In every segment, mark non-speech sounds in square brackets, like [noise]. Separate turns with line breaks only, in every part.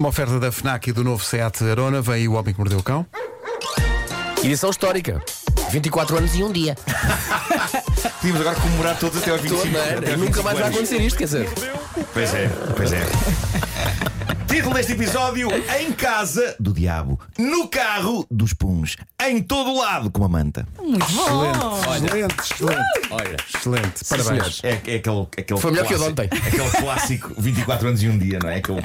Uma oferta da FNAC e do novo SEAT Arona, vem aí o Homem que Mordeu o Cão.
Edição histórica. 24 anos e um dia.
Podíamos agora comemorar todos até aos 25. até
Toda,
aos
nunca
25
mais vai
anos.
acontecer isto, quer dizer.
Pois é, pois é. [laughs] Título deste episódio: Em casa do diabo, no carro dos puns, em todo o lado com a manta.
Oh!
Excelente, excelente. Olha, excelente. Parabéns.
senhores.
É, é aquele, aquele
Foi melhor que o de
clássico-
ontem.
Aquele clássico 24 anos e um dia, não
[laughs]
é? Aquele...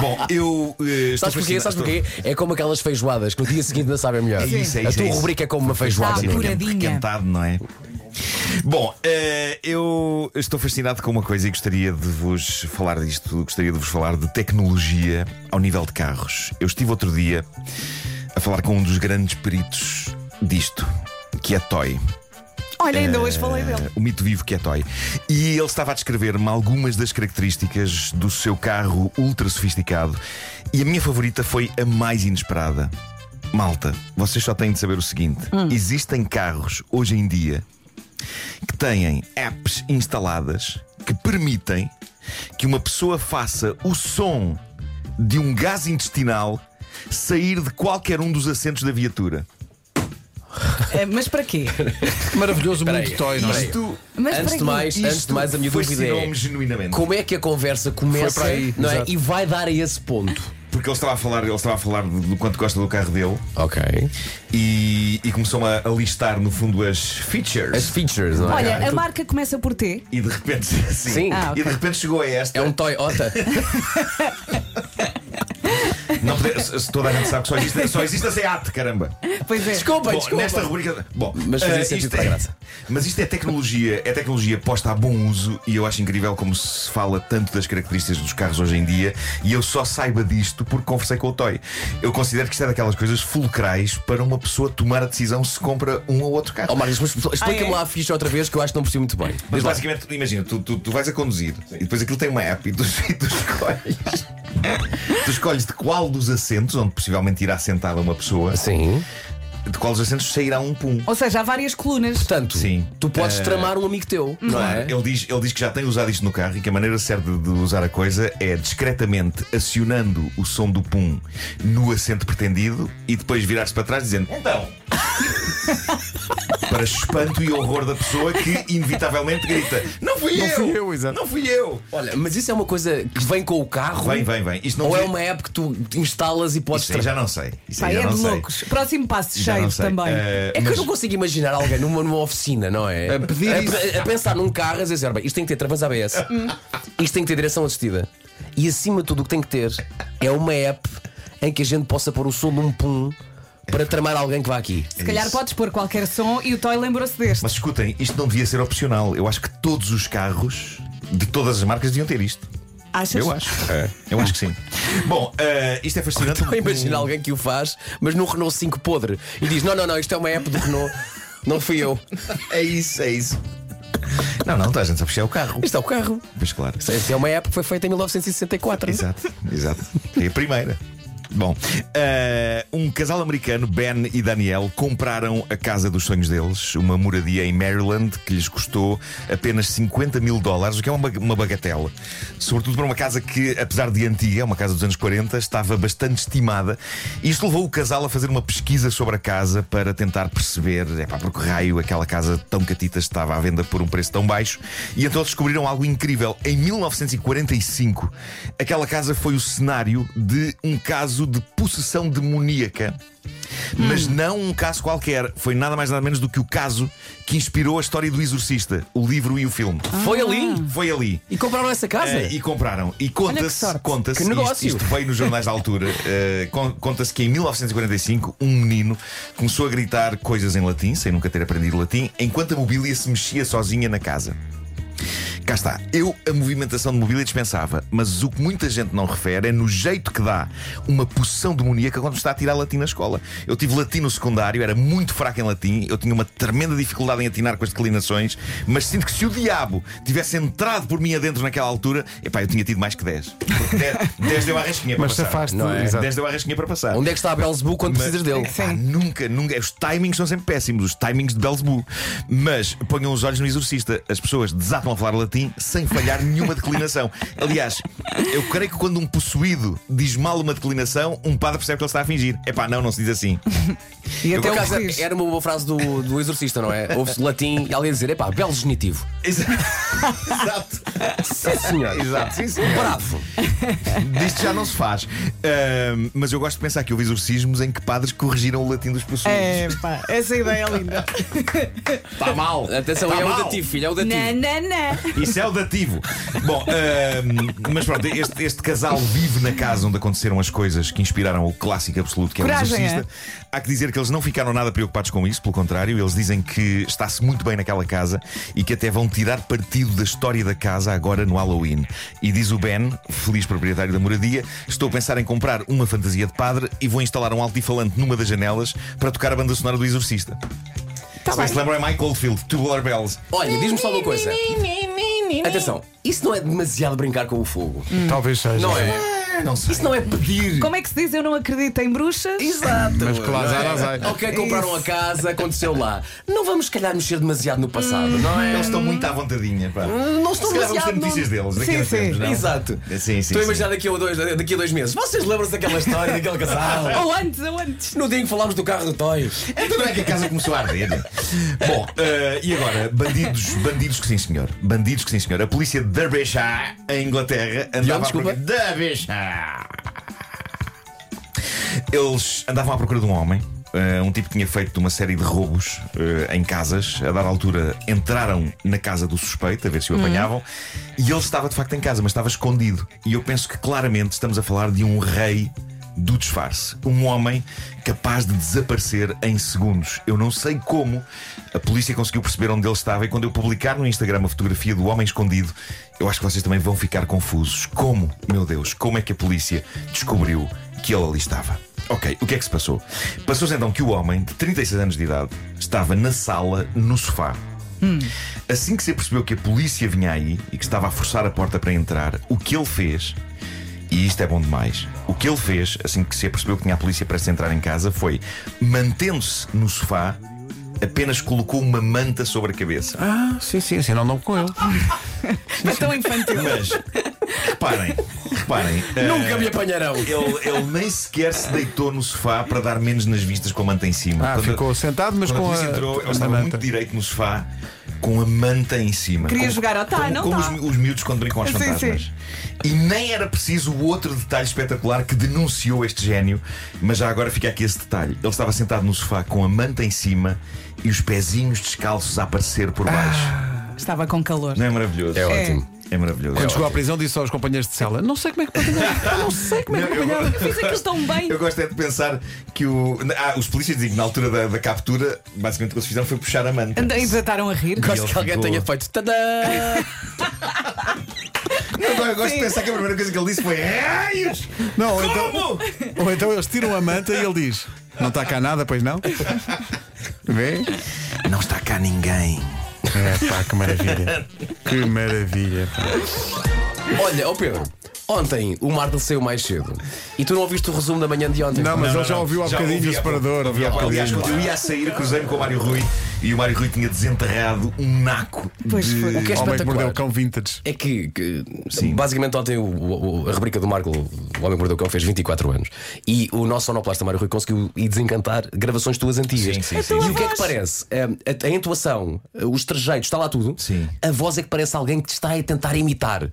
Bom, eu. eh, estou
Sabes porquê?
fascinado-
Sabes
estou-
porquê? É como aquelas feijoadas que no dia seguinte não sabem melhor.
É isso, é
A
isso, é
tua
isso.
rubrica é como uma feijoada.
Sim,
não é?
requente-
Apuradinha.
requentado, não é? Bom, eh, eu estou fascinado com uma coisa e gostaria de vos falar disto. Gostaria de vos falar de tecnologia ao nível de carros. Eu estive outro dia a falar com um dos grandes peritos disto, que é Toy.
Olha, ainda hoje falei dele.
O mito vivo que é Toy. E ele estava a descrever-me algumas das características do seu carro ultra sofisticado. E a minha favorita foi a mais inesperada. Malta, vocês só têm de saber o seguinte: existem carros hoje em dia que têm apps instaladas que permitem que uma pessoa faça o som de um gás intestinal sair de qualquer um dos assentos da viatura.
Eh, Mas para quê?
Maravilhoso
Espera
mundo
aí,
toy, não é?
Isto,
Mas
Antes
para
de mais,
isto
antes de mais a minha dúvida é
fascinou-me genuinamente.
como é que a conversa começa
Foi para aí,
não é?
exato.
e vai dar a esse ponto.
Porque ele estava a falar, ele estava a falar do do quanto gosta do carro dele
Ok.
e, e começou a, a listar no fundo as features.
As features, não é?
Olha, a marca começa por T.
E de repente [laughs] sim,
Sim.
Ah, ok.
E de repente chegou a esta.
É um Toyota.
Não pode- se se toda a gente sabe que só existe, só existe a
[laughs]
SEAT, caramba.
Pois
[laughs]
é.
Desculpa,
Bom,
desculpa.
nesta rubrica. Bom,
Mas fazia
eh,
sentido
isto
para a
é-
graça.
Mas isto é tecnologia, é tecnologia posta a bom uso e eu acho incrível como se fala tanto das características dos carros hoje em dia e eu só saiba disto porque conversei com o Toy. Eu considero que isto é daquelas coisas fulcrais para uma pessoa tomar a decisão se compra um ou outro carro.
Oh, Marcos, mas explica-me
Ah, é?
lá a ficha outra vez que eu acho que não percebi muito bem.
Mas basicamente, imagina, tu, tu, tu vais a conduzir e depois aquilo tem uma app e tu, [laughs] e tu escolhes. tu escolhes de qual dos assentos, onde possivelmente irá sentada uma pessoa,
Sim.
de qual dos assentos sairá um pum.
Ou seja, há várias colunas.
Portanto,
Sim. Eh,
tu podes tramar um amigo teu, não
Claro,
é?
ele diz, ele diz que já tem usado isto no carro e que a maneira certa de usar a coisa é discretamente acionando o som do pum no assento pretendido e depois virar-se para trás dizendo então. para espanto e horror da pessoa que inevitavelmente grita: Não fui
Não
eu!
fui eu, exato.
Não fui eu!
Olha, mas isso é uma coisa que vem com o carro?
Vem, vem, vem. Isto não
Ou é
devia-
uma app que tu instalas e podes
Isso aí
tra-
já não sei. Isso
Pá,
aí
é
já não
de
sei.
loucos. Próximo passo,
Já
cheio
não sei.
também.
Eh,
É que
mas-
eu não consigo imaginar alguém numa, numa oficina, não é?
A pedir isso.
a, a pensar num carro e dizer, "Ora bem, isto tem que ter travas ABS, isto tem que ter direção assistida. E acima de tudo o que tem que ter é uma app em que a gente possa pôr o som de um pum para tramar alguém que vá aqui.
Se calhar
isso.
podes pôr qualquer som e o Toy lembrou-se deste.
Mas escutem, isto não devia ser opcional. Eu acho que todos os carros de todas as marcas deviam ter isto.
Achas?
Eu acho. É. Eu acho que
[laughs]
sim. Bom, eh, isto é fascinante.
Então imagina alguém que o faz, mas num Renault 5 podre e diz: Não, não, não, isto é uma app do Renault, não fui eu.
É isso, é isso. Não, não, tá, a gente sabe que isto é o carro.
Isto é o carro.
Pois claro.
Isto é uma app que foi feita em 1964.
Exato, exato. É a primeira. Bom, eh, um casal americano, Ben e Daniel, compraram a casa dos sonhos deles, uma moradia em Maryland que lhes custou apenas 50 mil dólares, o que é uma, ba- uma bagatela. Sobretudo para uma casa que, apesar de antiga, é uma casa dos anos 40, estava bastante estimada. Isto levou o casal a fazer uma pesquisa sobre a casa para tentar perceber epá, por que raio aquela casa tão catita estava à venda por um preço tão baixo. E então eles descobriram algo incrível. Em 1945, aquela casa foi o cenário de um caso de possessão demoníaca.
Hum.
Mas não um caso qualquer, foi nada mais nada menos do que o caso que inspirou a história do Exorcista, o livro e o filme.
Foi ali
Foi ali.
e compraram essa casa.
Eh, e compraram. E
Olha que
conta-se,
sorte.
conta-se,
Que
isto,
negócio.
isto veio nos jornais da altura, eh, con- conta-se que em 1945 um menino começou a gritar coisas em latim, sem nunca ter aprendido latim, enquanto a mobília se mexia sozinha na casa. Cá está, eu a movimentação de mobília dispensava, mas o que muita gente não refere é no jeito que dá uma poção demoníaca quando está a tirar latim na escola. Eu tive latim no secundário, era muito fraco em latim, eu tinha uma tremenda dificuldade em atinar com as declinações, mas sinto que se o diabo tivesse entrado por mim adentro naquela altura, epá, eu tinha tido mais que 10. Porque 10, 10 deu a rasquinha para
Mas
passar.
safaste,
Não é?
exato.
10 deu a rasquinha para passar.
Onde é que está a Belzebu quando precisas dele?
Pá, nunca, nunca. Os timings são sempre péssimos, os timings de Belzebu. Mas ponham os olhos no exorcista. As pessoas desatam a falar latim latim sem falhar nenhuma declinação. Aliás, eu creio que quando um possuído diz mal uma declinação, um padre percebe que ele está a fingir. Epá, não, não se diz assim.
E
Eu
Por
até
acaso,
o Luís.
era uma boa frase do, do exorcista, não é? Ouve-se latim e alguém dizer: epá, belo genitivo.
Exato. Exato.
Sim, senhor.
Exato, sim, senhor.
Bravo.
Disto já não se faz. Ahm, mas eu gosto de pensar que houve exorcismos em que padres corrigiram o latim dos possuídos.
É, pá, essa ideia é linda.
Está mal.
Atenção,
Tá
é
mal.
o dativo, filho, é o
Não,
dativo.
não, não.
Isso é o dativo. Bom, ahm, mas pronto, este, este casal vive na casa onde aconteceram as coisas que inspiraram o clássico absoluto que é
Coragem,
o exorcista. Há que dizer que eles não ficaram nada preocupados com isso, pelo contrário, eles dizem que está-se muito bem naquela casa e que até vão tirar partido da história da casa agora no Halloween. E diz o Ben, feliz proprietário da moradia, estou a pensar em comprar uma fantasia de padre e vou instalar um altifalante numa das janelas para tocar a banda sonora do exorcista. se bem se lembram é Mike Oldfield, Tubular Bells.
Olha, diz-me só uma coisa. Atenção, isso não é demasiado brincar com o fogo.
Hum.
Talvez seja.
Não é?
Não sei.
Isso não é pedir.
Como é que se diz eu não acredito em bruxas?
Exato.
Mas que lá azar,
Não é?
azar.
Ok, compraram a casa, aconteceu lá. Não vamos, se calhar, mexer demasiado no passado, não é?
Eles estão muito à vontadinha, pá.
Não estou
Se calhar vamos ter
Hum, demasiado.
notícias deles daqui
Sim,
a uns
sim.
tempos, não? é?
Exato.
Sim, sim.
Estou a
sim.
imaginar daqui a, um, dois, daqui a dois meses. Vocês lembram-se daquela história, daquele
[laughs]
casal?
Ou antes, ou antes.
No dia em que falámos do carro do Toy.
Então não é que a casa começou a arder. Bom, eh, e agora? Bandidos, bandidos que sim, senhor. Bandidos que sim, senhor. A polícia de Derbyshire, em Inglaterra, andava à
desculpa?
procura. Derbyshire! Eles andavam à procura de um homem. eh, um tipo que tinha feito uma série de roubos eh, em casas. A dada altura entraram na casa do suspeito a ver se o apanhavam. E ele estava de facto em casa, mas estava escondido. E eu penso que claramente estamos a falar de um rei do disfarce. Um homem capaz de desaparecer em segundos. Eu não sei como a polícia conseguiu perceber onde ele estava. E quando eu publicar no Instagram a fotografia do homem escondido, eu acho que vocês também vão ficar confusos. Como, meu Deus, como é que a polícia descobriu que ele ali estava? Ok, o que é que se passou? Passou-se então que o homem, de 36 anos de idade, estava na sala, no sofá. Assim que se percebeu que a polícia vinha aí e que estava a forçar a porta para entrar, o que ele fez, e isto é bom demais, o que ele fez, assim que se percebeu que tinha a polícia prestes a entrar em casa, foi, mantendo-se no sofá, apenas colocou uma manta sobre a cabeça.
Ah, sim, sim, assim não dou com ele.
Ah,
Mas tão infantil.
Mas, reparem, reparem. eh,
Nunca
É.
me apanharão.
Ele, ele nem sequer se deitou no sofá para dar menos nas vistas com a manta em cima.
Ah,
Quando-
ficou sentado, mas
quando
com
a
a,
polícia entrou, ele
a
estava
manta.
muito direito no sofá com a manta em cima.
Queria
Como-
jogar ao tá,
como,
não
como
tá.
os, mi- os miúdos quando brincam aos
Sim,
fantasmas.
sim.
E nem era preciso o outro detalhe espetacular que denunciou este gênio, mas já agora fica aqui esse detalhe. Ele estava sentado no sofá com a manta em cima e os pezinhos descalços a aparecer por baixo.
Ah.
Estava com calor.
Não é maravilhoso?
É
ótimo.
É maravilhoso.
Quando
É
chegou à
ótimo.
prisão, disse aos companheiros de cela: Não sei como é que pode ganhar.
[laughs]
Eu Não sei como é que pode
Eu-
ganhar.
Fiz aquilo tão bem.
Eu gosto é de pensar que o. Ah, os polícias dizem que na altura da, da captura, basicamente o que eles fizeram foi puxar a manta.
Andei- Desataram a rir.
Gosto
ele
que alguém
ficou-
tenha feito. Tadã!
Eu, eu gosto de pensar que a primeira coisa que ele disse foi. Raios!
Não, ou
Como?
então, ou então eles tiram a manta e ele diz: Não está cá nada, pois não? Vê?
Não está cá ninguém.
É pá, que
[laughs]
maravilha. Que maravilha. pá.
Olha, ó Pedro, ontem o Marco saiu mais cedo e tu não ouviste o resumo da manhã de ontem.
Não, mas
Não,
ele
não,
já
não.
ouviu há
Já
bocadinho
ouvi
o
há
separador. Ouviu há
Aliás,
bocadinho.
quando eu ia a sair, cruzei-me com o Mário Rui e o Mário Rui tinha desenterrado um naco.
Pois
de...
foi.
O que é
Homem que mordeu o
espetacular.
cão vintage.
É que, que, basicamente ontem o- o- a rubrica do Marco, o Homem que Mordeu o Cão, fez 24 anos e o nosso sonoplasta Mário Rui conseguiu ir desencantar gravações tuas antigas.
Sim, sim,
e
sim.
o que é que parece? Hum, A, a entoação, os trejeitos, está lá tudo.
Sim.
A voz é que parece alguém que te está a tentar imitar,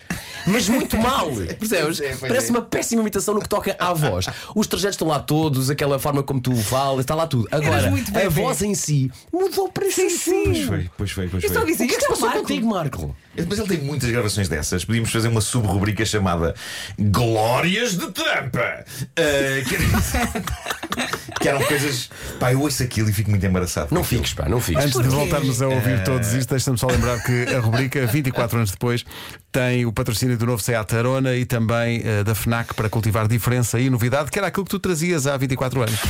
mas muito mal. Percebes?
[laughs] Pois é, pois
parece
é.
uma péssima imitação no que toca à voz. Os trejeitos estão lá todos, aquela forma como tu falas, está lá tudo. Agora,
muito
a
bebê.
voz em si mudou para sim,
Pois foi, pois foi, pois
Eu só
foi.
O
disse
é que é que se
isto é o
passou
Marco.
contigo, Marco?
Mas ele tem muitas gravações dessas. Podíamos fazer uma sub-rubrica chamada Glórias de Tampa. Ah, [laughs] que... que eram coisas. Pá, eu ouço aquilo e fico muito embaraçado. com
Não
aquilo.
fiques, pá, não fiques.
Antes de
porquê?
voltarmos a ouvir todos isto, deixa-me só lembrar que a rubrica 24 anos depois tem o patrocínio do novo Seat Arona e também eh, da FNAC para cultivar diferença e novidade, que era aquilo que tu trazias há 24 anos.